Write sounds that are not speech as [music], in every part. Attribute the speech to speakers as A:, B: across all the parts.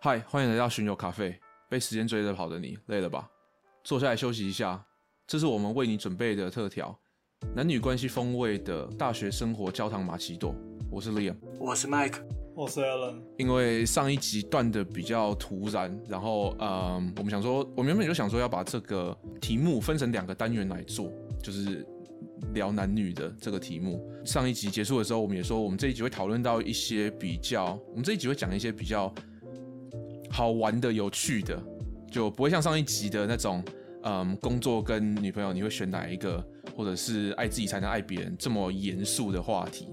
A: 嗨，欢迎来到巡游咖啡。被时间追着跑的你，累了吧？坐下来休息一下。这是我们为你准备的特调，男女关系风味的大学生活焦糖玛奇朵。我是 Liam。
B: 我是 Mike，
C: 我是 Alan，
A: 因为上一集断的比较突然，然后嗯，我们想说，我们原本就想说要把这个题目分成两个单元来做，就是聊男女的这个题目。上一集结束的时候，我们也说，我们这一集会讨论到一些比较，我们这一集会讲一些比较好玩的、有趣的，就不会像上一集的那种，嗯，工作跟女朋友你会选哪一个，或者是爱自己才能爱别人这么严肃的话题，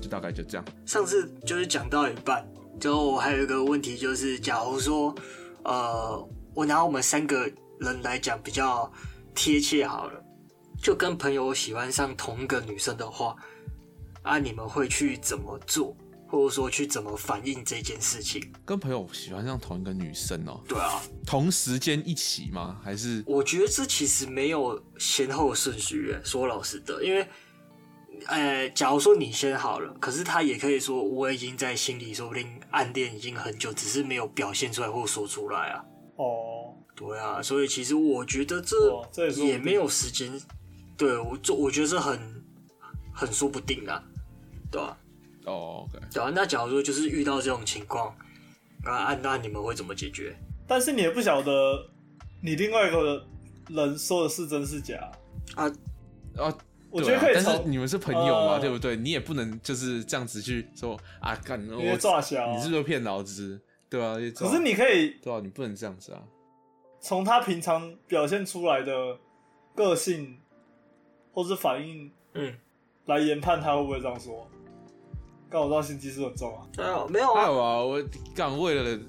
A: 就大概就这样。
B: 上次就是讲到一半，之后我还有一个问题，就是假如说，呃，我拿我们三个人来讲比较贴切好了，就跟朋友喜欢上同一个女生的话，啊，你们会去怎么做，或者说去怎么反应这件事情？
A: 跟朋友喜欢上同一个女生哦、
B: 对啊，
A: 同时间一起吗？还是
B: 我觉得这其实没有先后顺序耶，说老实的，因为，呃，假如说你先好了，可是他也可以说我已经在心里，说不定暗恋已经很久，只是没有表现出来或说出来啊。
C: 哦，
B: 对啊，所以其实我觉得这
C: 哇这也是
B: 也没有时间，对我这我觉得这很很说不定啊，对吧、
A: 哦，OK、o k
B: 对啊，那假如说就是遇到这种情况，啊，啊那你们会怎么解决？
C: 但是你也不晓得你另外一个人说的是真是假，
B: 啊，
A: 啊，
C: 我
A: 对
C: 觉
A: 啊
C: 得可以
A: 但
C: 从、
A: 是你们是朋友嘛，
C: 呃
A: 对不对？你也不能就是这样子去说啊，干
C: 因为
A: 我
C: 抓小，啊
A: 你是不是骗老子？对啊，也
C: 可是你可以
A: 对啊，你不能这样子啊。
C: 从他平常表现出来的个性或是反应
B: 嗯，
C: 来研判他会不会这样说。但我知道心机是很重啊，
B: 对啊，没有
A: 还
B: 啊，
A: 有啊，我干为了，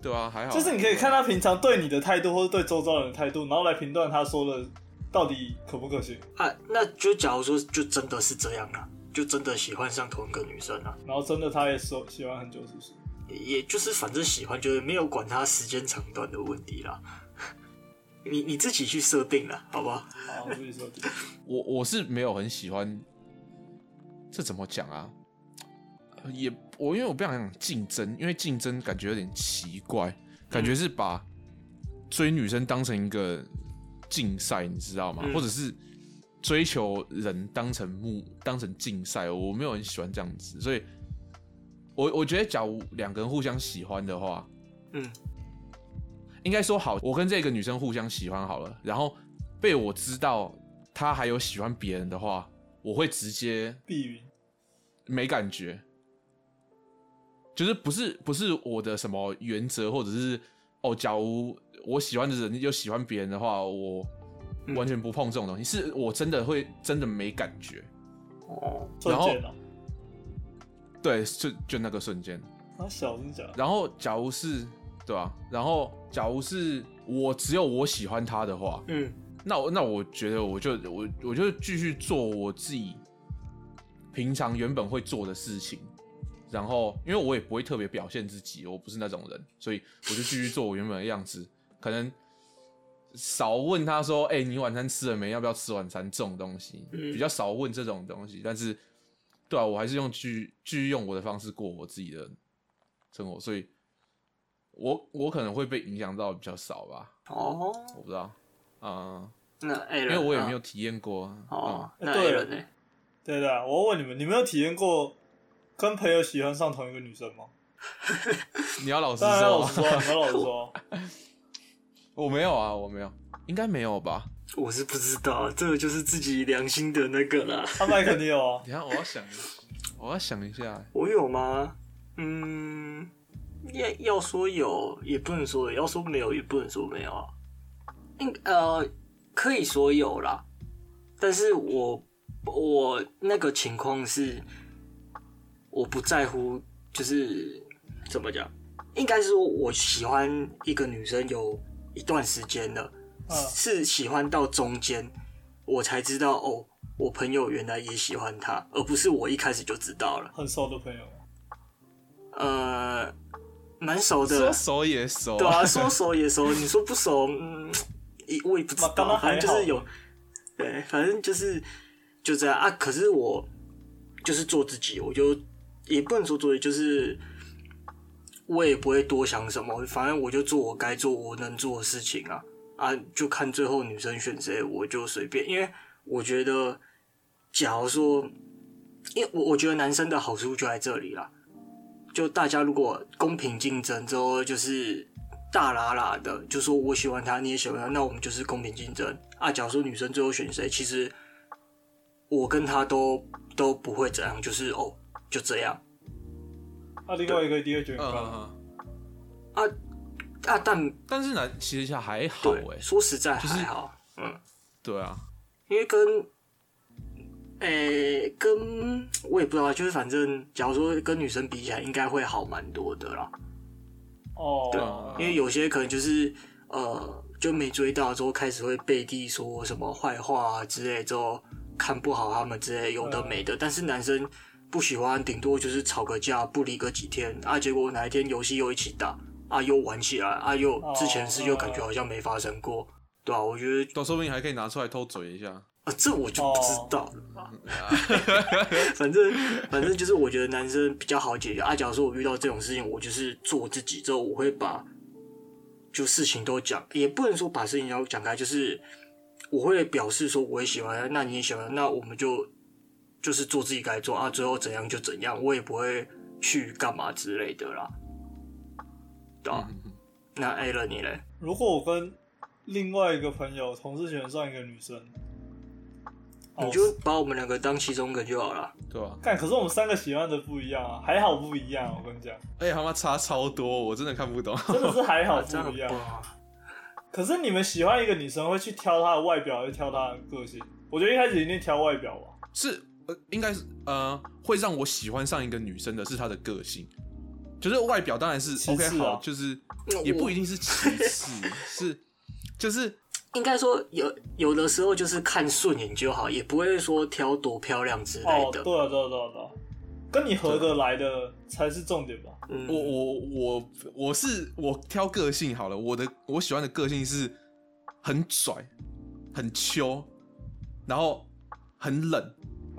A: 对啊，还好，
C: 就是你可以看他平常对你的态度或者对周遭人的态度，然后来评断他说的到底可不可行，
B: 啊，那就假如说就真的是这样啊，就真的喜欢上同一个女生啊，
C: 然后真的他也说喜欢很久，是不是？
B: 也也就是反正喜欢，就是没有管他时间长短的问题啦。 [laughs] 你你自己去设定啦，好不好？
C: 好，我自己说。
A: 我我是没有很喜欢，这怎么讲啊？呃也我因为我不想讲竞争，因为竞争感觉有点奇怪，感觉是把追女生当成一个竞赛，你知道吗？
B: 嗯
A: 或者是追求人当成目当成竞赛，我没有很喜欢这样子，所以我我觉得，假如两个人互相喜欢的话，
B: 嗯，
A: 应该说好，我跟这个女生互相喜欢好了，然后被我知道她还有喜欢别人的话，我会直接
C: [laughs] 碧云，
A: 没感觉，就是不是不是我的什么原则，或者是哦，假如我喜欢的人又喜欢别人的话，我
B: 嗯
A: 完全不碰这种东西，是我真的会真的没感觉，
B: 哦，
C: 瞬间啊，
A: 对，就就那个瞬间，
C: 他啊小真假的？
A: 然后假如是对吧、然后假如是我只有我喜欢他的话，
B: 嗯
A: 那我那我觉得我就我我就继续做我自己平常原本会做的事情，然后因为我也不会特别表现自己，我不是那种人，所以我就继续做我原本的样子，可能少问他说，哎、你晚餐吃了没？要不要吃晚餐？这种东西
B: 嗯
A: 比较少问这种东西，但是对啊，我还是用继续继续用我的方式过我自己的生活，所以我我可能会被影响到比较少吧，
B: 哦，
A: 我不知道，嗯、
B: 那 A
A: 因
B: 人，
A: 为我也没有体验过。
B: 哦
A: 哦，，
B: 那
C: 对
B: A 人呢？
C: 对的啊，我要问你们，你们有体验过跟朋友喜欢上同一个女生吗？
A: 嗯你要老实
C: 当然要老实
A: 说，啊
C: 说，啊你们要老实说，
A: 我没有啊，我没有，应该没有吧？
B: 我是不知道，这个就是自己良心的那个啦。
C: 阿麦肯定有啊
A: 等。一下我要想一下， [laughs] 我要想一下。
B: 我有吗？嗯，要要说有也不能说有，要说没有也不能说没有啊。应呃，可以说有啦，但是我我那个情况是，我不在乎，就是怎么讲，应该是说我喜欢一个女生有一段时间了，
C: 嗯
B: 是喜欢到中间，我才知道哦，我朋友原来也喜欢她，而不是我一开始就知道了。
C: 很熟的朋友，啊
B: 呃，蛮熟
A: 说
C: 啊
B: 的，
A: 熟也熟，嗯
B: 对啊，说熟也熟，你说不熟，嗯，也我也不知
C: 嘛刚
B: 道，
C: 刚
B: 反
C: 还
B: 正就是
C: 好
B: 有，对，反正就是就这样啊。可是我就是做自己，我就也不能说做自己，就是我也不会多想什么，反正我就做我该做、我能做的事情啊啊，就看最后女生选谁，我就随便。因为我觉得，假如说，因为我我觉得男生的好处就在这里啦，就大家如果公平竞争之后，就是大喇喇的，就说我喜欢他，你也喜欢他，那我们就是公平竞争啊。假如说女生最后选谁，其实我跟他都都不会怎样，就是哦，就这样。
C: 那啊另外一个一定会觉得很高。
A: 嗯，
B: 啊，但
A: 但是呢，其实下还好
B: 对，
A: 哎、
B: 说实在
A: 就是
B: 还好，嗯，
A: 对啊，
B: 因为跟，诶、跟我也不知道，啊就是反正假如说跟女生比起来，应该会好蛮多的啦。
C: 哦，
B: 因为有些可能就是呃，就没追到之后开始会背地说什么坏话啊之类，之后看不好他们之类，有的没
C: 嗯
B: 的。但是男生不喜欢，顶多就是吵个架，不理个几天啊，结果哪一天游戏又一起打啊，又玩起来啊，又
C: 哦
B: 之前事又感觉好像没发生过，对啊，我觉得
A: 到说不定还可以拿出来偷嘴一下。
B: 啊，这我就不知
C: 哦
B: 道了 [laughs] 吧。反正反正就是，我觉得男生比较好解决。啊，假如说我遇到这种事情，我就是做自己之后，我会把就事情都讲，也不能说把事情都讲开，就是我会表示说我也喜欢他，那你也喜欢他，那我们就就是做自己该做啊，最后怎样就怎样，我也不会去干嘛之类的啦。对啊，
A: 嗯
B: 那 A 了你嘞？
C: 如果我跟另外一个朋友同事选上一个女生，哦
B: 你就把我们两个当其中一个就好了。
A: 对吧、啊？
C: 干，可是我们三个喜欢的不一样啊，还好不一样啊、我跟你讲，
A: 哎、他妈差超多，我真的看不懂。
C: 真的是还好
B: 啊 [laughs] 这样
C: 哎不
B: 很
C: 一样。
B: 棒啊！
C: 可是你们喜欢一个女生会去挑她的外表，还是挑她的个性？我觉得一开始一定挑外表吧。
A: 是呃，应该是呃，会让我喜欢上一个女生的是她的个性，就是外表当然是
C: 其
A: OK
C: 次啊
A: 好，就是
B: 那
A: 也
B: 我
A: 不一定是其次， [laughs] 是就是
B: 应该说有有的时候就是看顺眼就好，也不会说挑多漂亮之类
C: 哦，
B: 的。
C: 对啊，对啊，对啊，对啊，跟你合得来的才是重点吧。
B: 嗯，
A: 我我我我是我挑个性好了，我的我喜欢的个性是很拽、很秋，然后很冷，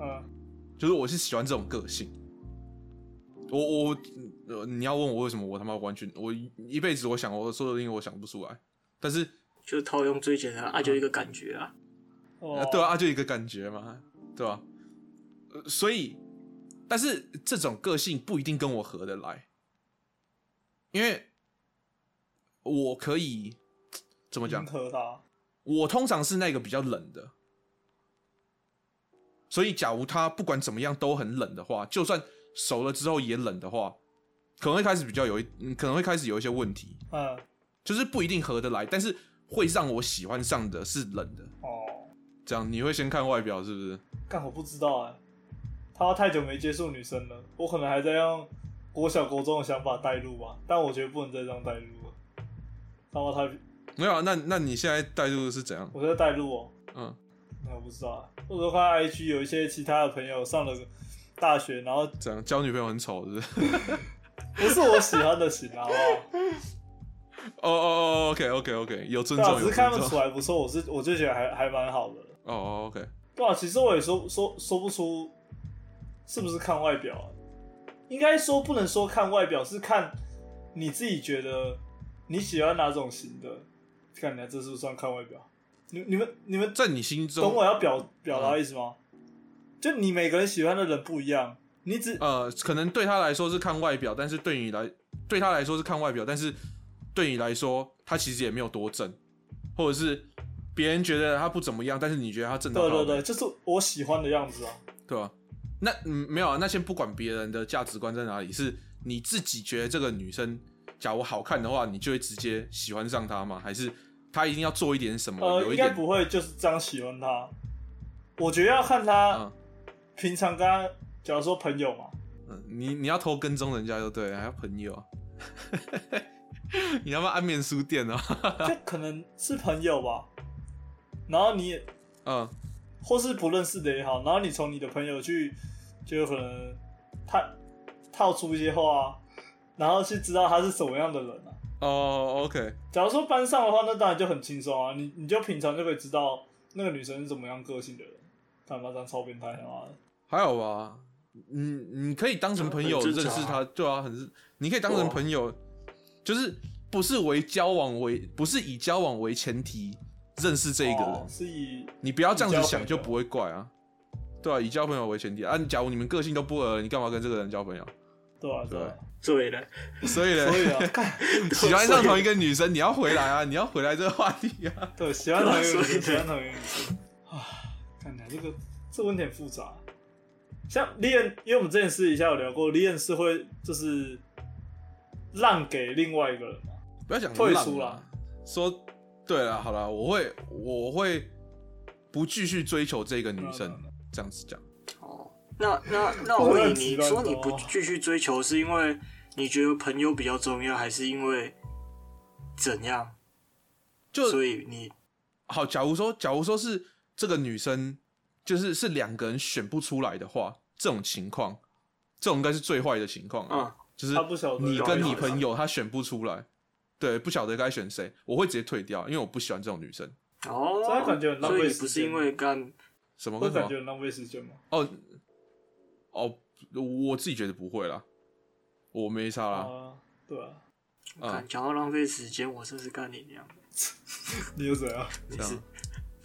C: 嗯，
A: 就是我是喜欢这种个性。我我呃，你要问我为什么我他妈完全我一一辈子我想我说的因为我想不出来，但是
B: 就套用最简单啊，就一个感觉啊。
C: 哦
A: 呃，对啊，就一个感觉嘛，对吧、呃所以，但是这种个性不一定跟我合得来，因为我可以怎么讲
C: 迎？合她。
A: 我通常是那个比较冷的，所以假如他不管怎么样都很冷的话，就算熟了之后也冷的话，可能会开始比较有一，嗯可能会开始有一些问题，
C: 嗯，
A: 就是不一定合得来，但是会让我喜欢上的是冷的。
C: 哦，
A: 这样你会先看外表是不是？
C: 干我不知道哎、他太久没接触女生了，我可能还在用国小国中的想法带入吧，但我觉得不能再这样带入了。他妈太，
A: 没有啊，那那你现在带入的是怎样？
C: 我在带入哦、
A: 嗯，
C: 那我不知道欸，或者看 IG 有一些其他的朋友上了大学，然后
A: 怎样交女朋友很丑是不 [laughs] 是？
C: 不是我喜欢的型，好不
A: [laughs]
C: 好？
A: 哦哦哦，OK OK OK，有尊
C: 对
A: 重，有
C: 啊，只是
A: 尊
C: 看他们
A: 重。
C: 处
A: 哦
C: 还不错，我是我就觉得还还蛮好的。
A: 哦，OK，
C: 对啊，其实我也说说说不出是不是看外表、啊，应该说不能说看外表，是看你自己觉得你喜欢哪种型的。看你、啊、这是不是算看外表？你你们你们
A: 在你嗯心
C: 懂我
A: 中，
C: 啊要表表达的意思吗？就你每个人喜欢的人不一样，你只
A: 呃，可能对他来说是看外表，但是对你来，对他来说是看外表，但是对你来说，他其实也没有多正，或者是别人觉得他不怎么样，但是你觉得他正到
C: 对
A: 爆
C: 对对，就是我喜欢的样子啊。
A: 对吧、那嗯没有啊，那先不管别人的价值观在哪里，是你自己觉得这个女生假如好看的话，你就会直接喜欢上她吗？还是她一定要做一点什么？嗯
C: 呃，
A: 有
C: 应
A: 一
C: 该
A: 点
C: 不会就是这样喜欢他。我觉得要看他
A: 嗯
C: 平常跟他，假如说朋友嘛，
A: 嗯，你你要偷跟踪人家就对了，还要朋友， [laughs] 你他妈安眠书店哦，
C: 就可能是朋友吧。然后你
A: 嗯
C: 或是不认识的也好，然后你从你的朋友去，就可能他套出一些话、啊，然后去知道他是什么样的人啊。
A: 哦，OK，
C: 假如说班上的话，那当然就很轻松啊，你你就平常就可以知道那个女生是怎么样个性的人。他妈这样超变态他妈的！
A: 还好吧，你你可以当成朋友
B: 很
A: 认
B: 正常啊
A: 识她，对啊，很你可以当成朋友，就是不是为交往为，不是以交往为前提认识这一个人，
C: 哦是以
A: 你不要这样子想
C: 以
A: 就
C: 交朋友
A: 不会怪啊。对啊，以交朋友为前提啊。你假如你们个性都不合，你干嘛跟这个人交
C: [laughs]
A: 朋友？
C: 对啊对
B: 对
C: 啊，
B: 了，
A: 所以呢，
C: 所以啊，干
A: [laughs] 喜欢上同一个女生，你要回来啊，你要回来这个话题啊。
C: 对，喜欢哪一个女生，
B: 所
C: 喜
B: 以
C: 欢哪一个女生啊？看来这个这问题很复杂。像 l i a n 因为我们之前私底下有聊过 l i a n 是会就是让给另外一个人嘛，
A: 不要讲
C: 退
A: 烂
C: 出
A: 啦
C: 啦，
A: 啊说对了，好了，我会我会不继续追求这个女生
C: 嗯，
A: 这样子讲。
B: 哦，那那那我问你，
C: 我很急
B: 你
C: 乱
B: 说你
C: 搞
B: 不继续追求，是因为你觉得朋友比较重要，还是因为怎样？
A: 就
B: 所以你
A: 好，假如说，假如说是这个女生，就是是两个人选不出来的话，这种情况，这种应该是最坏的情况啊，
B: 嗯
A: 就是
C: 他不晓得
A: 你跟你朋
B: 有
A: 友他选不出来，对，不晓得该选谁，我会直接退掉，因为我不喜欢这种女生。
B: 哦，
C: 这样感觉很浪费
B: 所以你
C: 时
B: 不是
C: 间
B: 因为干
A: 什么
C: 会
A: 跟哦什
C: 感觉
A: 么？
C: 很浪费时间吗？
A: 哦哦，我自己觉得不会啦，我没差啦。
C: 啊，对啊，
A: 嗯
B: 干讲到浪费时间，我真是干你娘！
C: 你又怎样？
B: 没
A: 这样
B: 事，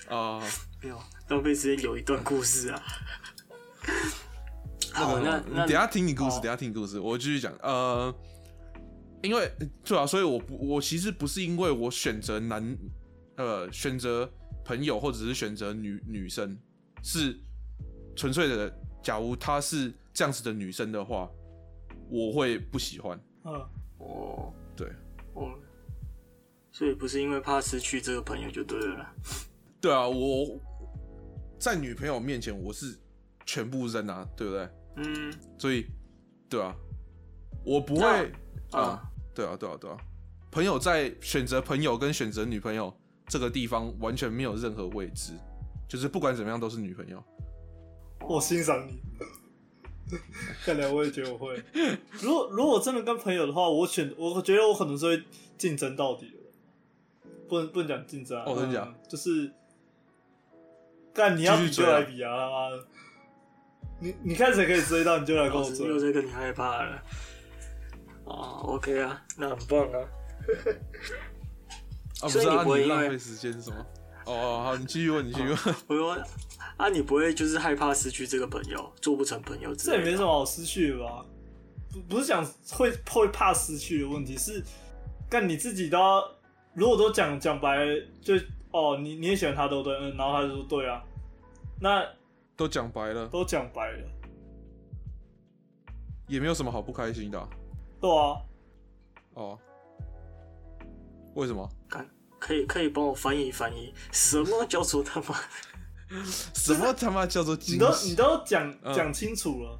A: 啊、
B: 没有浪费时间有一段故事啊。 [laughs] 好，
A: 那
B: 那
A: 嗯个你
B: 那
A: 等一下听你故事，
B: 哦
A: 等一下听你故事，我继续讲。呃，因为对啊，所以我不，我其实不是因为我选择男，呃，选择朋友或者是选择女女生，是纯粹的。假如她是这样子的女生的话，我会不喜欢。
C: 嗯，
B: 哦，
A: 对
B: 我所以不是因为怕失去这个朋友就对了啦。
A: 对啊，我在女朋友面前我是全部扔啊，对不对？
B: 嗯
A: 所以，对啊，我不会
B: 那
A: 啊
B: 啊，
A: 对啊，对啊，对啊。朋友在选择朋友跟选择女朋友这个地方完全没有任何未知，就是不管怎么样都是女朋友。啊
C: 我欣赏你。 [laughs] 看来我也觉得我会。如果如果真的跟朋友的话，我选我觉得我可能是会竞争到底的。不能不能讲竞争啊，
A: 哦真的假的
C: 嗯就是干你要比
A: 继续
C: 就
A: 追啊
C: 来比啊，他妈的！你你看谁可以追到你就来跟
B: 老
C: 我
B: 师
C: 追。
B: 哦又在跟你害怕了。哦，OK 啊，那很棒啊。
A: 啊，不
B: 所以
A: 是啊，
B: 你不会
A: 你
B: 因
A: 浪
B: 为
A: 费时间是什么？哦哦，好，你继续问，你继续问。
B: 我说啊，你不会就是害怕失去这个朋友，做不成朋友之
C: 这
B: 类
C: 也
B: 的？
C: 没什么好失去的吧？不不是讲会会怕失去的问题，是干你自己都要，如果都讲讲白了，就哦，你你也喜欢他，对不对？嗯，然后他就说对啊，那
A: 都讲白了，
C: 都讲白了，
A: 也没有什么好不开心的啊、
C: 对啊，
A: 哦。为什么？
B: 干可以可以帮我翻译翻译，什么叫做他妈？
A: 什么他妈叫做惊
C: 你都你
A: 喜？
C: 都讲
A: 嗯
C: 讲清楚了，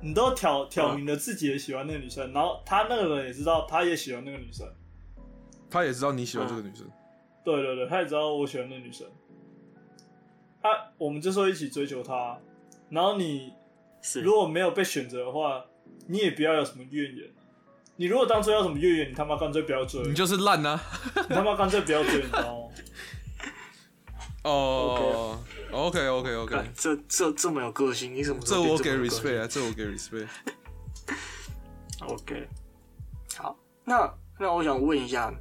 C: 你都挑挑明了自己也喜欢那个女生，然后他那个人也知道他也喜欢那个女生，
A: 他也知道你喜欢这个女生，
C: 对对对，他也知道我喜欢那女生，啊，我们就说一起追求她，啊然后你
B: 是
C: 如果没有被选择的话，你也不要有什么怨言。你如果当初要什么怨言，你他妈干脆不要追，
A: 你
C: 你
A: 就是烂啊！
C: 他妈干脆不要追，你知道吗？
A: 哦，OK OK OK，
B: 干这这这么有个性，你怎么
A: 这我给 respect
B: 啊。
A: 啊，这我给 respect。
B: OK，好，那那我想问一下，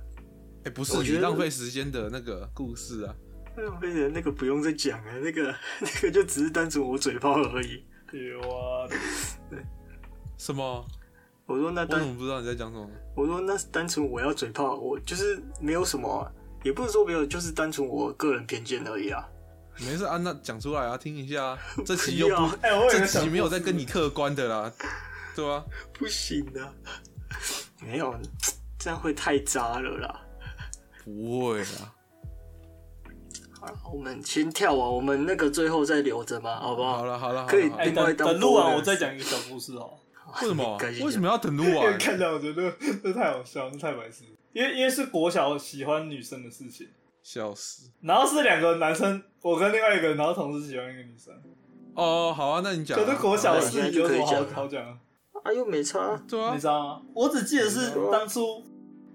A: 哎，不是
B: 我
A: 你
B: 觉得
A: 浪费时间的那个故事啊。
B: 浪费人那个不用再讲了，那个 [laughs] 那个就只是单纯我嘴炮而已。
C: 有啊，
A: 什么？
B: 我说那
A: 我怎
B: 单
A: 么不知道你在讲什么？
B: 我说那是单纯我要嘴炮，我就是没有什么，也不是说没有，就是单纯我个人偏见而已啊。
A: 没事啊，那讲出来啊，听一
C: [laughs]
A: 下啊。这期
B: 不
A: 又
B: 要
A: 不，
C: 哎、我有
A: 这
C: 个小
A: 期没有在
C: 故
A: 跟
C: 事
A: 你客观的
C: [laughs]
A: 啦，对吧、
B: 不行啊，没有，这样会太渣了啦。
A: 不会啊，
B: 好了，我们先跳完，我们那个最后再留着嘛，好不好？
A: 好了好了，
B: 可以
A: 好啦
C: 哎、
B: 另外
C: 等
B: 当
C: 等录完
B: bonus
C: 我再讲一个小故事哦。
A: 为什么
B: 开心？
A: 为什么要等录啊
C: 因为
A: 完？
C: 看到我觉得这太好笑，这太白痴。因为因为是国小喜欢女生的事情，
A: 笑死！
C: 然后是两个男生，我跟另外一个，然后同时喜欢一个女生，
A: 哦，好啊，那你讲啊。
C: 可是国小
B: 的
C: 的
B: 事
C: 事
B: 情
C: 有
B: 有什
C: 什
B: 么
C: 么
B: 好
C: 好好讲啊？
B: 啊，又没差，
A: 对啊
C: 你，知道吗？我只记得是
B: 啊
C: 当初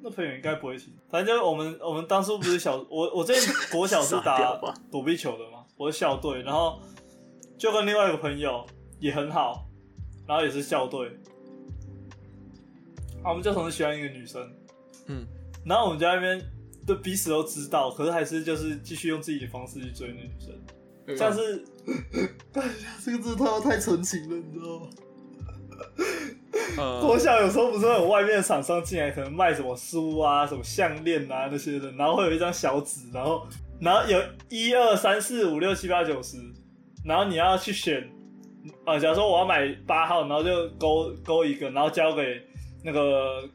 C: 那朋友应该不会听，反正就是我们我们当初不
B: [laughs]
C: 是小我我之前国小是
B: 傻屌
C: 打
B: 吧
C: 躲避球的嘛，我是校队，然后就跟另外一个朋友也很好，然后也是校队，啊，我们就同时喜欢一个女生，
A: 嗯，
C: 然后我们就在那边就彼此都知道，可是还是就是继续用自己的方式去追那女
B: 啊
C: 生，像是， [laughs] 这个字他太纯情了，你知道吗？
A: 呃
C: 国小有时候不是会有外面的厂商进来，可能卖什么书啊、什么项链啊那些的，然后会有一张小纸，然后然后有一二三四五六七八九十，然后你要去选，啊、假如说我要买八号，然后就勾勾一个，然后交给那个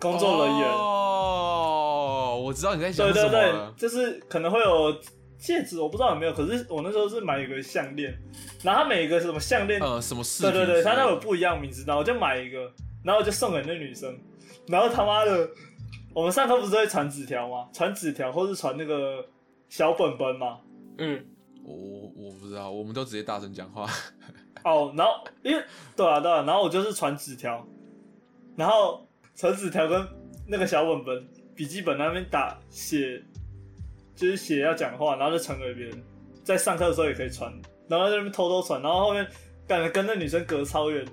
C: 工作人员。
A: 哦，我知道你在想
C: 对
A: 什
C: 对
A: 么啊
C: 对
A: 了，。
C: 就是可能会有戒指，我不知道有没有，可是我那时候是买一个项链，然后它每一个什么项链
A: 呃，什么事？
C: 对对对，他那有不一样的名字，然后我就买一个，然后我就送给那女生，然后他妈的，我们上课不是会传纸条吗？传纸条或是传那个小本本吗？
B: 嗯，
A: 我我我不知道，我们都直接大声讲话。
C: 哦，然后因为对啊对啊，然后我就是传纸条，然后传纸条跟那个小本本、笔记本那边打写，就是写要讲话，然后就传给别人，在上课的时候也可以传，然后在那边偷偷传，然后后面感觉跟那女生隔超远，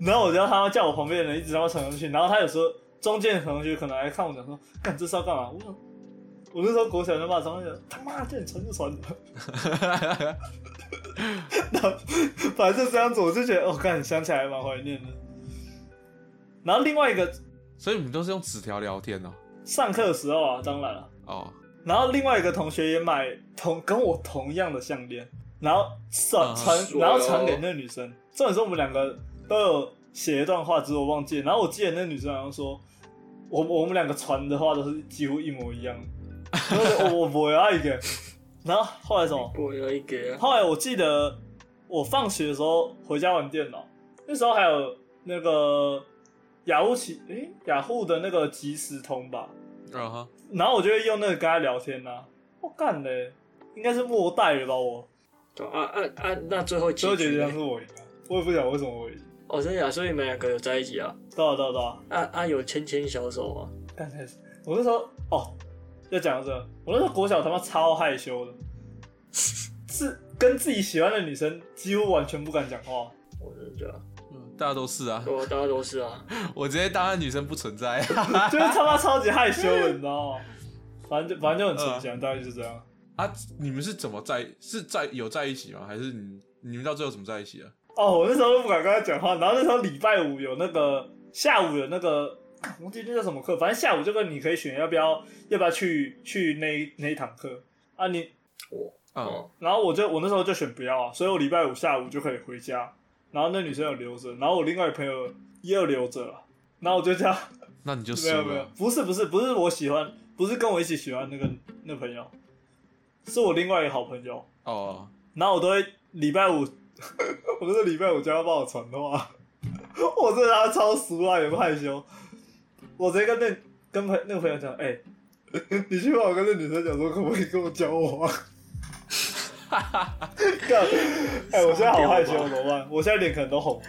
C: 然后我叫他叫我旁边的人一直让他传上去，然后他有时候中间的同学可能来看我讲说，干这是要干嘛？我想我那时候国小就骂脏话，他妈叫你传就传。反正就这样子，我就觉得，哦，看想起来还蛮怀念的。然后另外一个
A: 所以你们都是用纸条聊天哦。
C: 上课的时候啊，当然了，
A: 哦，
C: 然后另外一个同学也买同跟我同样的项链，然后传
A: 嗯
C: 传、
B: 说
C: 然后
B: 哟
C: 传给那女生。重点是我们两个都有写一段话，只是我忘记了。然后我记得那女生好像说，我我们两个传的话都是几乎一模一样的。 [laughs] 然后我就我我我要一个，然后后来什么？
B: 我有一个啊
C: 后来我记得我放学的时候回家玩电脑，那时候还有那个雅虎奇，诶、雅虎的那个即时通吧，
A: 嗯哼，
C: 然后我就会用那个跟他聊天呐、啊。我、干嘞，应该是末代了吧？我
B: 懂啊啊啊！那最后
C: 最
B: 结
C: 后结
B: 局
C: 局
B: 呢
C: 上是我赢了，我也不晓得为什么我赢。
B: 哦，真的假的？所以你们两个有在一起啊？
C: 对啊对啊对啊，
B: 啊啊，有牵牵小手啊吗？
C: 刚才是我那时候哦，要讲到这个，我那时候国小他妈超害羞的，是跟自己喜欢的女生几乎完全不敢讲话。
B: 我真的觉得，
A: 嗯大家都是啊。
B: 对啊，大家都是啊。
A: [laughs] 我直接当那女生不存在。 [laughs]
C: [laughs] 就是他妈超级害羞的，你知道吗？反正就反正就很纯
A: 嗯
C: 情，大概就是这样。
A: 啊，你们是怎么在？是在有在一起吗？还是你你们到最后怎么在一起啊？
C: 哦，我那时候都不敢跟他讲话，然后那时候礼拜五有那个下午有那个，我忘记那叫什么课，反正下午这个你可以选要不要要不要去去那一那一堂课啊你，
B: 我
A: 嗯，
B: 哦，
C: 然后我就我那时候就选不要啊，所以我礼拜五下午就可以回家，然后那女生有留着，然后我另外一个朋友也有留着了，然后我就这样，
A: 那你就输
C: 没有没有
A: 了。，
C: 不是不是不是我喜欢，不是跟我一起喜欢那个那朋友，是我另外一个好朋友。
A: 哦，
C: 然后我都会礼拜五， [laughs] 我都是礼拜五叫他帮我传的话， [laughs] 我真的他超俗啊，也不害羞。我直接跟那跟朋那个朋友讲，哎、你去帮我跟那女生讲说，可不可以跟我交往？ [laughs] 干哎、我现在好害羞，怎么办？我现在脸可能都红了，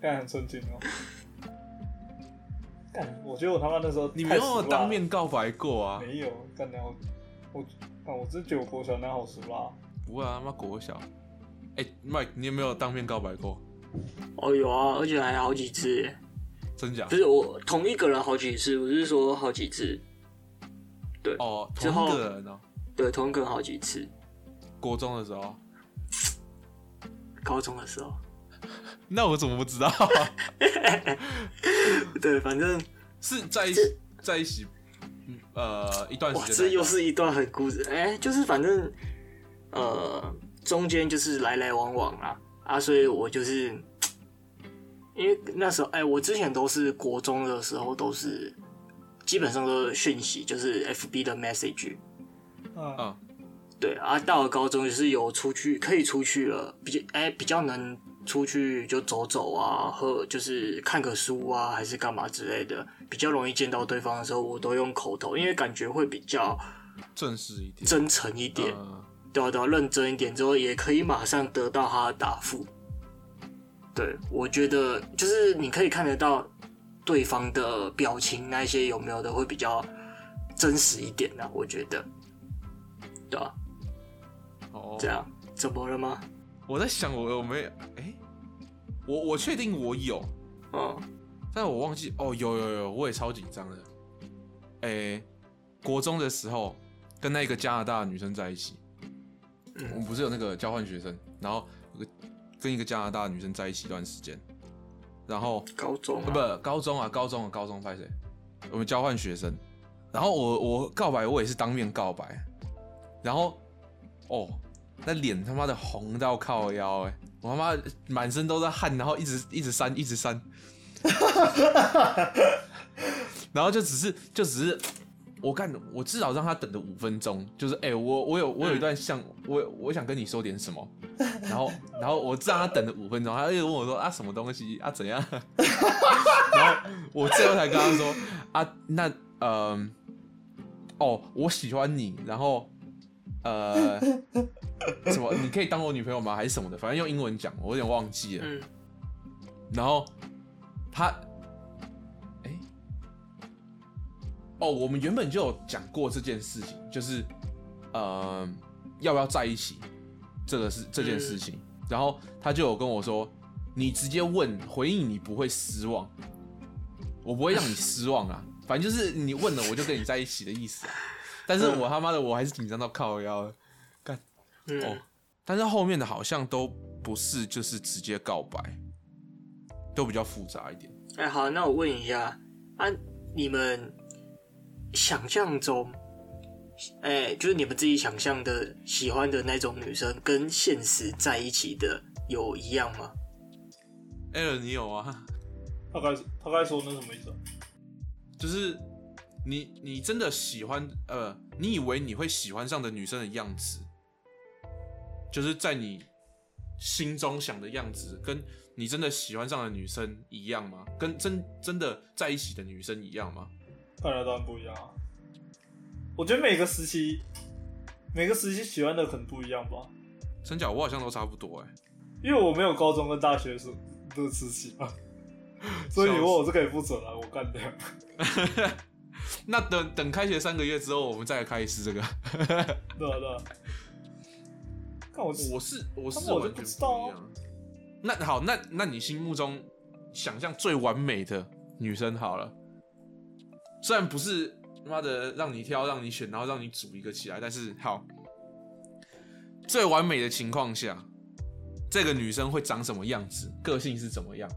C: 干很纯情哦。干，我觉得我他妈那时候
A: 你没
C: 太俗
A: 有
C: 辣了
A: 当面告白过啊？
C: 没有干娘，我我干我真觉得我国小男好俗辣。
A: 不会啊，他妈国小。哎、m i k e 你有没有当面告白过？
B: 哦有啊，而且还好几次耶。
A: 真假
B: 不？是我同一个人好几次，我是说好几次，
A: 哦，
B: 之
A: 同
B: 后
A: 一个人哦。
B: 对，同一个人好几次。
A: 国中的时候，
B: 高中的时候，
A: 那我怎么不知道？ [laughs]
B: 对，反正
A: 是在一起，在一起，嗯呃，一段
B: 哇，
A: 时
B: 这
A: 间。
B: 又是一段很故事，哎、就是反正呃，中间就是来来往往啦，啊，所以我就是因为那时候，哎、我之前都是国中的时候都是基本上都是讯息，就是 FB 的 message，
C: 嗯
A: 嗯，
B: 对啊，到了高中就是有出去可以出去了，比较哎、比较能出去就走走啊，喝就是看个书啊，还是干嘛之类的，比较容易见到对方的时候，我都用口头，因为感觉会比较
A: 正式一点。
B: 真诚一点，
A: 嗯
B: 对啊对啊，认真一点之后，也可以马上得到他的答复。对，我觉得就是你可以看得到对方的表情那一些有没有的会比较真实一点呢、啊我觉得，对啊，
A: 哦，
B: 这样怎么了吗？
A: 我在想我有没有哎、我我确定我有，
B: 嗯，
A: 但我忘记哦，有有有，我也超紧张的。诶、国中的时候跟那个加拿大的女生在一起，我们不是有那个交换学生，然后有个跟一个加拿大的女生在一起一段时间，然后
B: 高中、啊、
A: 呃不高中啊高中啊高中拍谁？我们交换学生，然后我我告白我也是当面告白，然后哦那脸他妈的红到靠腰哎、我他妈满身都在汗，然后一直一直扇一直扇。然后就只是就只是我干，我至少让他等了五分钟，就是哎、欸我我有我有一段像我我想跟你说点什么，然后然后我让他等了五分钟，他又问我说啊什么东西啊怎样， [laughs] 然后我最后才跟他说啊那嗯、哦我喜欢你，然后呃什么你可以当我女朋友吗还是什么的，反正用英文讲，我有点忘记了。
B: 嗯，
A: 然后他，哎、哦，我们原本就有讲过这件事情，就是呃，要不要在一起，这个是这件事情。然后他就有跟我说，你直接问回应，你不会失望，我不会让你失望啊。反正就是你问了，我就跟你在一起的意思啊。但是我他妈的我还是紧张到靠腰了。
B: 嗯
A: 哦，但是后面的好像都不是就是直接告白，都比较复杂一点。
B: 哎、好，那我问一下啊，你们想象中，哎、就是你们自己想象的喜欢的那种女生，跟现实在一起的有一样吗？
A: 艾伦，你有啊？
C: 他该他该说那什么意思啊？
A: 就是你你真的喜欢呃，你以为你会喜欢上的女生的样子，就是在你心中想的样子，跟你真的喜欢上的女生一样吗？跟真真的在一起的女生一样吗？
C: 看来当然不一样啊。我觉得每个时期，每个时期喜欢的很不一样吧。
A: 真假我好像都差不多哎、
C: 因为我没有高中跟大学时的时期嘛， [laughs] 所以你问我这个也不准啊，我干掉。 [laughs]
A: 那等等开学三个月之后，我们再来开一次这个。
C: 对啊对啊。看我
A: 我是我
C: 他
A: 是
C: 们我就
A: 完
C: 不
A: 全
C: 知道啊
A: 一样。那好，那那你心目中想象最完美的女生好了，虽然不是妈的让你挑、让你选，然后让你组一个起来，但是好，最完美的情况下，这个女生会长什么样子，个性是怎么样，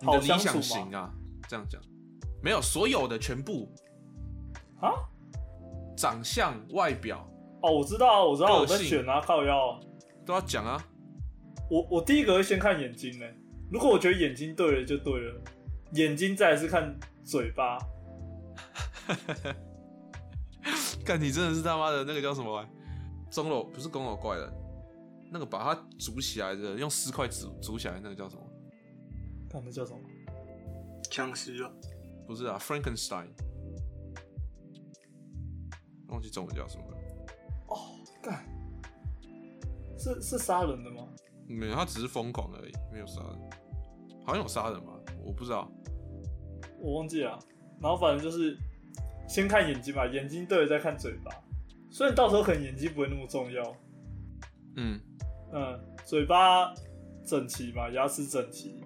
A: 你的
C: 好
A: 理
C: 相处
A: 想
C: 吗
A: 型啊，这样讲，没有所有的全部
C: 啊
A: 长相、外表
C: 哦，我知道啊，我知道我
A: 个性
C: 在选啊，靠腰啊。
A: 都要讲啊。
C: 我我第一个会先看眼睛呢、如果我觉得眼睛对了就对了，眼睛再来是看嘴巴，
A: 干，你真的是他妈的那个叫什么、啊？钟楼不是钟楼怪人，那个把它煮起来的，用尸块煮煮起来的那个叫什么？
C: 看那叫什么？
B: 僵尸啊，
A: 不是啊，Frankenstein，忘记中文叫什么了。
C: 干，是是杀人的吗？
A: 没有，他只是疯狂而已，没有杀人。好像有杀人吧？我不知道。
C: 我忘记了啊。然后反正就是先看眼睛吧，眼睛对了再看嘴巴。虽然到时候可能眼睛不会那么重要，
A: 嗯，
C: 嗯，嘴巴整齐嘛，牙齿整齐。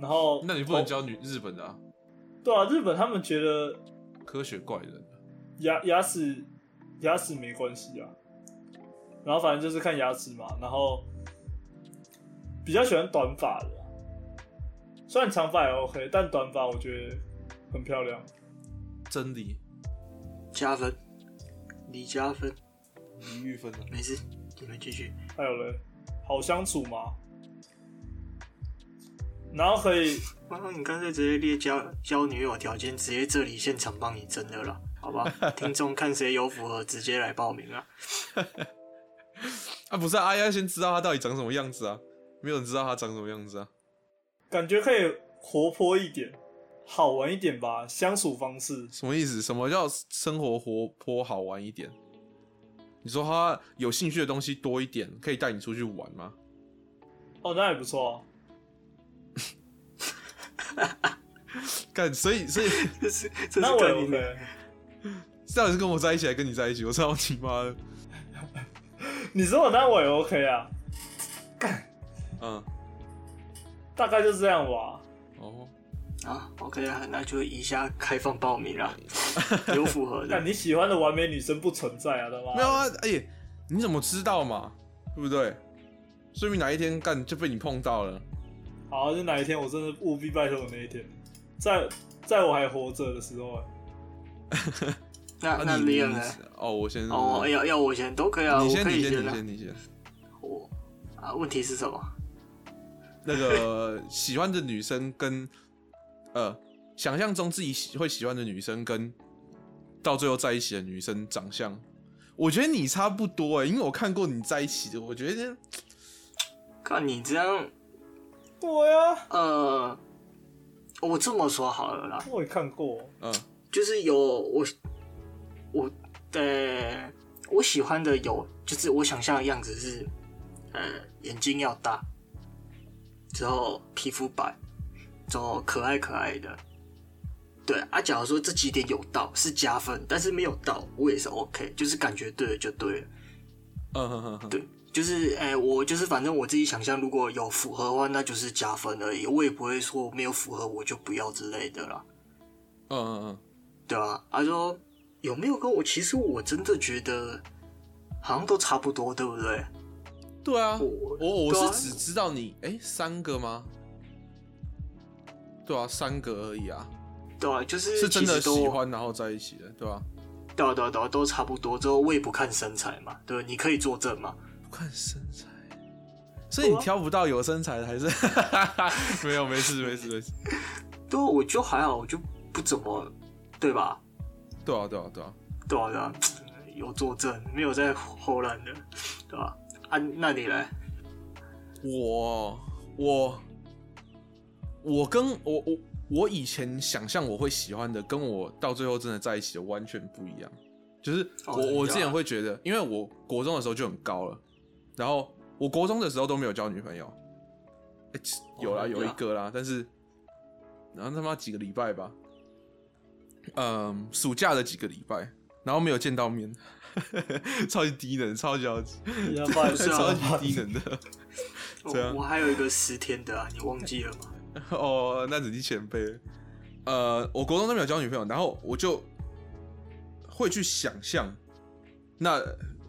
C: 然后
A: 那你不能教女日本的、啊、
C: 对啊，日本他们觉得
A: 科学怪人。啊
C: 牙牙齿牙齿没关系啊，然后反正就是看牙齿嘛，然后比较喜欢短发的啊、虽然长发也 OK，但短发我觉得很漂亮。
A: 真理，
B: 加分，你加分，
A: 李玉芬啊，
B: 没事，你们继续。
C: 还有嘞，好相处嘛，然后可以
B: 妈，你干脆直接列交交女友条件，直接这里现场帮你征的了，好 [laughs] 吧？听众看谁有符合，直接来报名啊！
A: 啊不是啊，啊要先知道他到底长什么样子啊，没有人知道他长什么样子啊。
C: 感觉可以活泼一点，好玩一点吧，相处方式。
A: 什么意思？什么叫生活活泼好玩一点？你说他有兴趣的东西多一点，可以带你出去玩吗？
C: 哦，那也不错、啊。
A: 干，所以所以
B: 这是这是
C: 那我
B: 更
C: 赢了，
A: 到底是跟我在一起，还是跟你在一起？我操你妈的！
C: 你说我那我也 OK 啊。
A: 嗯，
C: 大概就这样吧。
A: 哦，
B: 啊，OK 啊，那就以下开放报名
A: [laughs]
B: 啦，有符合
C: 但
B: 的，
C: 你喜欢的完美女生不存在啊，他妈的
A: 没有啊，哎、你怎么知道嘛？对不对？说明哪一天干就被你碰到了。
C: 好，就哪一天我真的务必拜托我那一天，在在我还活着的时候、
B: 那
A: 啊
B: 那
A: 你你
B: Leon 呢？
A: 哦，我先
B: 哦，要要我先都可以啊，
A: 你
B: 我
A: 先
B: 可
A: 你
B: 以
A: 先你
B: 啊
A: 先，你先。
B: 我啊，问题是什么？
A: 那个喜欢的女生跟呃想象中自己喜会喜欢的女生跟到最后在一起的女生长相，我觉得你差不多哎、因为我看过你在一起的，我觉得
B: 看你这样，
C: 对啊，
B: 呃，我这么说好了啦，
C: 我也看过。
A: 嗯、
B: 就是有我我呃我喜欢的有，就是我想象的样子是，呃，眼睛要大，之后皮肤白，之后可爱可爱的。对啊，假如说这几点有到是加分，但是没有到我也是 OK，就是感觉对了就对了。
A: 嗯哼哼哼，
B: 对，就是哎、我就是反正我自己想象，如果有符合的话，那就是加分而已。我也不会说没有符合我就不要之类的啦，
A: 嗯嗯嗯，
B: 对啊，他说有没有跟我？其实我真的觉得好像都差不多，对不对？
A: 对啊，
B: 我
A: 我
B: 对
A: 我
B: 啊
A: 是只知道你哎、三个吗？对啊，三个而已啊，
B: 对啊，就是
A: 是真的
B: 其实都
A: 喜，欢然后在一起的，对吧、
B: 对啊对啊对啊，都差不多。之后我也不看身材嘛，对，你可以作证嘛。
A: 不看身材，所以你挑不到有身材的还是没有没事没事没事，
B: 对啊，我就还好，我就不怎么，对吧？
A: 对啊对啊对啊，
B: 对啊对啊，有作证，没有在后乱的，对吧？啊，那你嘞？
A: 我我我跟我我我以前想象我会喜欢的，跟我到最后真的在一起的完全不一样。就是我、
B: 哦真的
A: 我
B: 假
A: 之
B: 的
A: 前会觉得，因为我国中的时候就很高了，然后我国中的时候都没有交女朋友，诶其有啦
B: 哦
A: 有
B: 对
A: 一
B: 啊
A: 个啦，但是然后他妈几个礼拜吧，嗯，暑假的几个礼拜，然后没有见到面， [laughs] 超级低能，超级 [laughs] 超级
C: 你要把
B: 是啊
A: 超级低能的。这样
B: 我我还有一个十天的啊，你忘记了吗？
A: [laughs] 哦，那只是前辈。呃，我国中都没有交女朋友，然后我就会去想象，那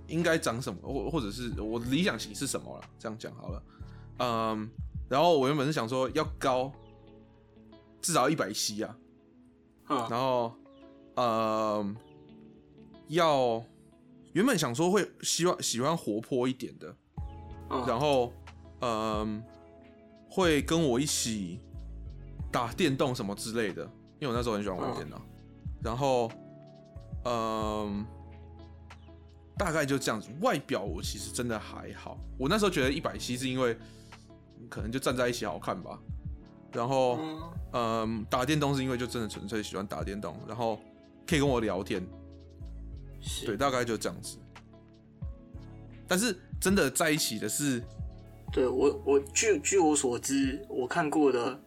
A: 应该长什么，或或者是我理想型是什么了。这样讲好了，嗯，然后我原本是想说要高，至少一百七啊，
B: 嗯，
A: 然后呃，要原本想说会希望喜欢活泼一点的，
B: 嗯
A: 然后嗯、会跟我一起打电动什么之类的，因为我那时候很喜欢
B: 嗯
A: 玩电脑。然后嗯、大概就这样子。外表我其实真的还好，我那时候觉得一百七是因为可能就站在一起好看吧。然后
B: 嗯
A: 嗯、打电动是因为就真的纯粹喜欢打电动，然后可以跟我聊天，
B: 是
A: 对，大概就这样子。但是真的在一起的是
B: 对我我据据我所知，我看过的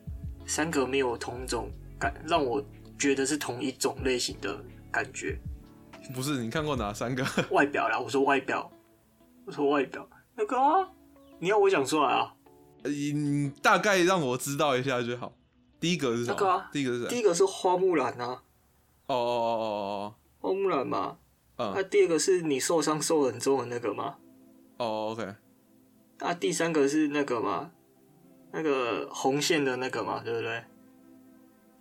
B: 三个没有同种感，让我觉得是同一种类型的感觉。
A: 不是你看过哪三个？
B: 外表啦，我说外表，我说外表那个啊，你要我讲出来啊？
A: 你你大概让我知道一下就好。第一个是什
B: 那个
A: 么
B: 啊？
A: 第一个是谁
B: 第一个是花木兰啊，
A: 哦哦哦
B: 花木兰嘛。
A: 哦哦，
B: 那、
A: 嗯，
B: 第二个是你受伤受很重的那个嘛。
A: 哦，OK，
B: 那、第三个是那个嘛，那个红线的那个嘛，对不对？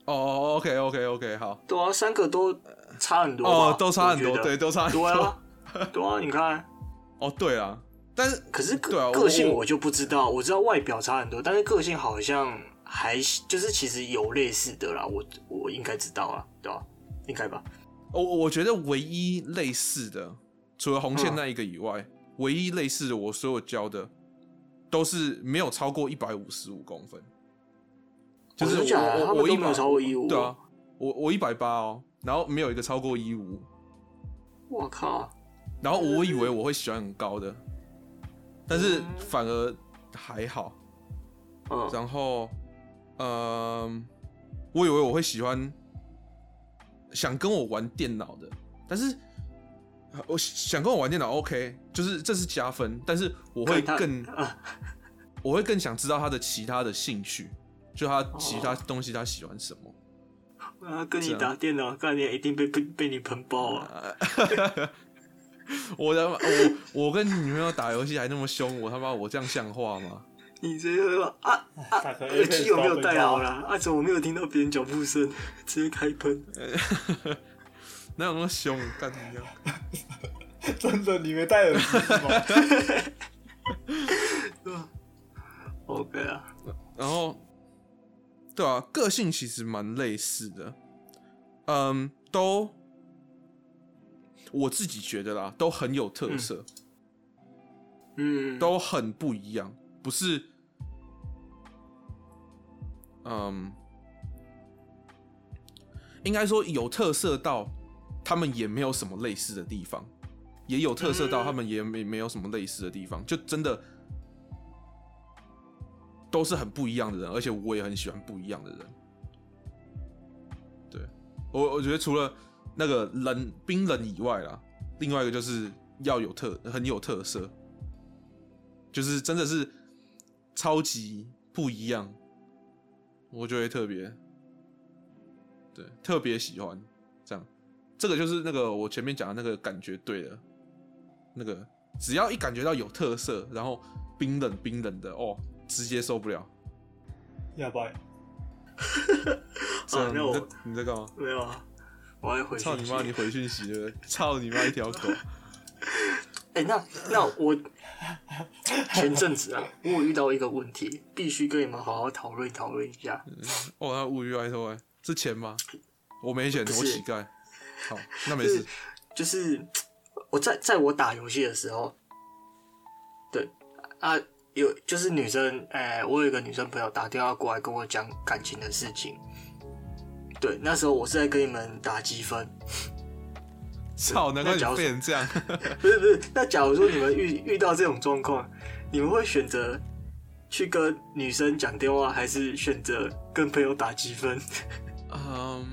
A: 哦哦，OK，OK，OK，好，
B: 对啊，三个都差很多吧
A: 哦，都差很
B: 我
A: 多，
B: 觉得
A: 对，都差很
B: 对
A: 多。
B: 啊，对啊，你看，
A: 哦，对啊，但是
B: 可是
A: 对啊
B: 个、
A: 我
B: 个性
A: 我
B: 我就不知道，我知道外表差很多，但是个性好像还就是其实有类似的啦，我我应该知道啊，对吧、应该吧？
A: 我我觉得唯一类似的，除了红线
B: 嗯
A: 那一个以外，唯一类似的，我所有教的都是没有超过一百五十五公分，就是
B: 真的假的
A: 我
B: 啊他
A: 我
B: 们
A: 我
B: 都
A: 一
B: 没有超过一五，
A: 对啊，，我我一百八哦，然后没有一个超过一五，
B: 我靠，
A: 然后我以为我会喜欢很高的，但是反而还好。
B: 嗯，
A: 然后，嗯、我以为我会喜欢想跟我玩电脑的，但是呃我想跟我玩电脑 OK，就是这是加分，但是我会
B: 看他
A: 更
B: 啊，
A: 我会更想知道他的其他的兴趣，就他其他东西他喜欢什么。
B: 啊，跟你打电脑概念一定被被被你喷爆啊！
A: 我的我我跟女朋友打游戏还那么凶，我他妈我这样像话吗？
B: 你直接说啊啊，
C: 大
A: 哎 [laughs]
C: 哥
B: 耳机有没有带好啦？啊，怎么没有听到别人脚步声？直接开喷。
A: 哪有那么凶？干你娘！
C: 真的，你没戴耳机是吗？ [laughs]
B: OK 啊，
A: 然后，对啊，个性其实蛮类似的，嗯，都我自己觉得啦，都很有特色。
B: 嗯，
A: 都很不一样，不是，嗯，应该说有特色到他们也没有什么类似的地方，也有特色到他们也没没有什么类似的地方，就真的都是很不一样的人，而且我也很喜欢不一样的人。对我，我觉得除了那个冷冰冷以外啦，另外一个就是要有特很有特色，就是真的是超级不一样，我就会特别，对，特别喜欢这样。这个就是那个我前面讲的那个感觉对了，那个只要一感觉到有特色，然后冰冷冰冷的哦，直接受不了。
B: 啊
C: 哑巴，
A: 这样、
B: 那我
A: 你在你在干嘛？
B: 没有啊，我还回去。
A: 操你妈！你回讯息对不对？操你妈一条
B: [laughs]
A: 狗！
B: 哎、那那我前阵子啊，我有遇到一个问题，必须跟你们好好讨论讨论一下。
A: 哦，他物欲外透哎，是钱吗？我没钱，
B: 不是
A: 我乞丐。好，那没事。
B: 就是我在在我打游戏的时候，对啊，有就是女生，哎、我有一个女生朋友打电话过来跟我讲感情的事情。对，那时候我是在跟你们打积分， [laughs]
A: 操，难怪
B: 那假如
A: 你变成这样。
B: 不是不是。那假如说你们遇遇到这种状况，你们会选择去跟女生讲电话，还是选择跟朋友打积分？
A: 嗯，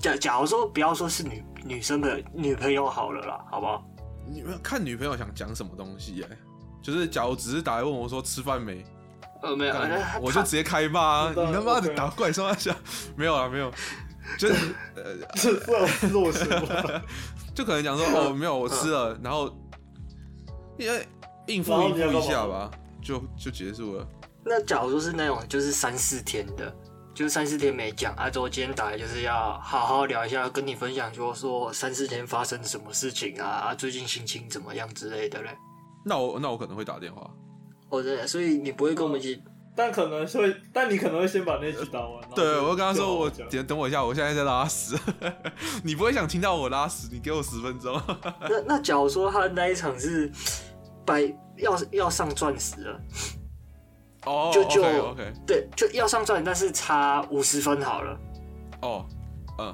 B: 假假如说不要说是女女生的女朋友好了啦，好不好？
A: 你们看女朋友想讲什么东西哎、就是假如只是打来问我说吃饭没，
B: 呃，没有，
A: 干
B: 呃
A: 我就直接开骂、啊，
C: 知道
A: 你他妈的
C: OK
A: 打怪兽下，没有啊没有，就是呃 [laughs]
C: 这这是我什么？
A: 就可能讲说哦没有我吃了，然后因为应付
C: 嗯然后
A: 应
C: 你要
A: 付一
C: 干嘛
A: 下吧，就就结束了。
B: 那假如说是那种就是三四天的，就是三四天没讲，啊，之后今天打来就是要好好聊一下，跟你分享说说三四天发生什么事情啊，啊，最近心情怎么样之类的嘞。
A: 那我那我可能会打电话，
B: 哦，对，所以你不会跟我们一起，
C: 但可能会，但你可能会先把那局打完。然后
A: 对
C: 就
A: 我会跟他
C: 就
A: 说
C: 好好
A: 我
C: 讲
A: 等等我一下，我现在在拉屎， [laughs] 你不会想听到我拉屎，你给我十分钟。
B: 那那假如说他那一场是白要要上钻石了，
A: 哦
B: 就就
A: OK OK
B: 对，就要上钻石，但是差五十分好了，
A: 哦，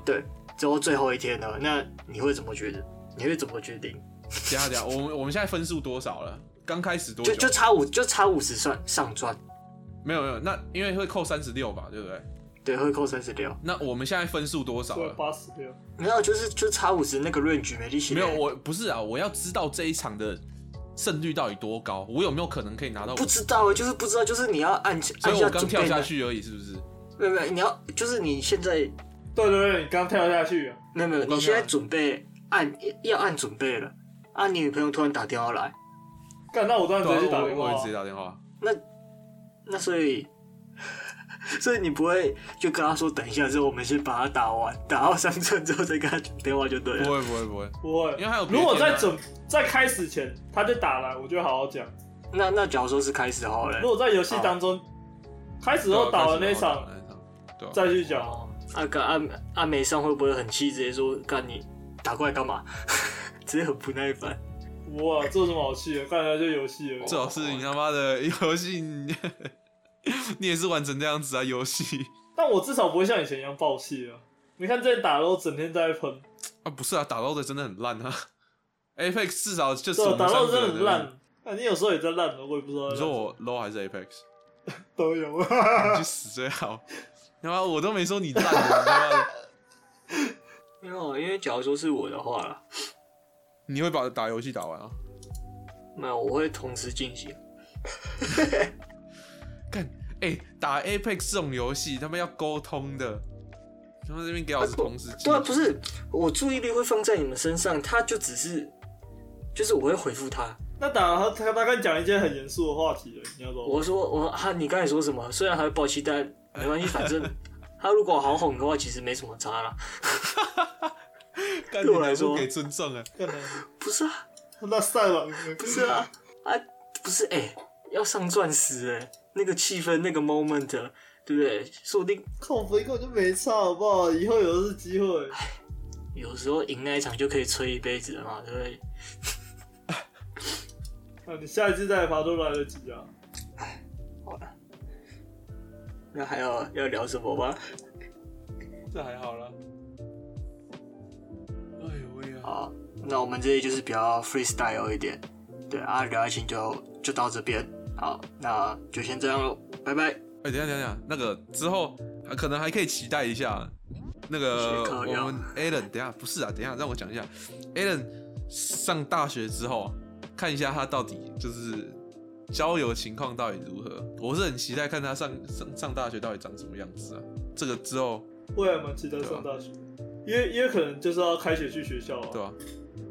B: 对，之后最后一天了，那你会怎么觉得？你会怎么决定？
A: 等一下等一下，我们我们现在分数多少了？刚开始多久
B: 就？就差五就差五十算上钻，
A: 没有没有，那因为会扣三十六吧，对不对？
B: 对，会扣三十六。
A: 那我们现在分数多少
C: 对
A: 了？
C: 八十六，
B: 没有，就是就差五十那个 range 没力气。欸
A: 没有，我不是啊，我要知道这一场的胜率到底多高，我有没有可能可以拿到？
B: 不
A: 所
B: 知道，欸就是不知道，就是你要按按
A: 以我
B: 下
A: 刚
B: 准
A: 跳
B: 备
A: 下
B: 的，
A: 去而已，是不是？
B: 没有没有，你要就是你现在
C: 对对对，你刚跳下去啊，
B: 没有没有，
A: 刚
B: 你现在
A: 跳
B: 准备按要按准备了，啊，你女朋友突然打电话来，
C: 干，那我当然
A: 对
C: 直接去
A: 啊，
C: 打
A: 我
C: 电
A: 我
C: 话
A: 会
C: 啊
A: 直接。打电话。
B: 那所以 [laughs] 所以你不会就跟她说等一下之后我们先把它打完，打到三寸之后再跟她讲电话就对
A: 不
B: 了。
A: 会不会不会，
C: 不会，
A: 因为还有别
C: 如果
A: 天啊
C: 在准在开始前他就打来，我就好好讲。
B: 那那假如说是开始好了
C: 如，果在游戏当中开始后打完那一
A: 对啊，开始
C: 场
A: 打完那一场对啊
C: 再去讲，
B: 啊跟阿阿美上会不会很气，直接说干你打过来干嘛？ [laughs] 直接很不耐烦。
C: 哇，这有什么好气的？干人家就游戏了
A: 这。种事情他妈的游戏， [laughs] 你你也是玩成这样子啊？游戏
C: 但我至少不会像以前一样爆气啊。你看这打都整天在喷，
A: 啊，不是啊，打到的真的很烂啊。Apex 至少就是
C: 对
A: 我
C: 啊，
A: 们
C: 打到
A: 三个人而
C: 真的很
A: 已。
C: 烂。那你有时候也在烂的，我也不知道在烂。
A: 你说我 low 还是 Apex？
C: 都有，
A: 你去死最好！ [laughs] 他妈我都没说你烂，啊你他妈的
B: 没有，啊因为假如说是我的话啦，
A: 你会把打游戏打完啊？
B: 没有，我会同时进行。
A: 哎、打 Apex 这种游戏，他们要沟通的，他们这边给老师同时进去
B: 对啊，不是我注意力会放在你们身上，他就只是，就是我会回复他，
C: [laughs] 那打他他他刚讲了一件很严肃的话题了，你要不要？
B: 我说我啊，你刚才说什么？虽然还会抱期待，没关系，反正他如果好哄的话，其实没什么差啦。
A: 干
B: 对我来说
A: 你不给尊重哎、
C: 干了，
B: 不是啊，
C: 那赛网
B: 不是啊，啊，不是哎、要上钻石哎、那个气氛，那个 moment，对不对？说不定
C: 靠飞根本就没差，好不好？以后有的是机会。
B: 有时候赢那一场就可以吹一辈子了嘛，对不对？
C: 那啊你下一次再爬都来得及啊！
B: 好了，那还要要聊什么吗？
A: 这还好啦。哎呦喂呀、
B: 好，那我们这里就是比较 freestyle 一点，对啊，聊爱情就就到这边，好，那就先这样喽，拜拜。
A: 哎、等一下等一下等一下，那个之后、啊、可能还可以期待一下那个
B: 学科要
A: 我们 Alan，等一下不是啊，等一下让我讲一下 Alan 上大学之后啊，看一下他到底就是交友情况到底如何。我是很期待看他上上上大学到底长什么样子啊。这个之后
C: 我也蛮期待上大学，因为因为可能就是要开学去学校啊。
A: 对吧、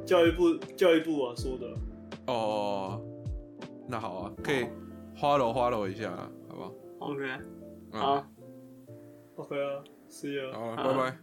C: 教育部教育部啊说的，
A: 哦，那好啊，可以花楼花楼一下啊，好不好？
B: OK，
A: 嗯
B: 好。
C: OK 啊，See you。
A: 好啊，
B: 好
A: 拜拜。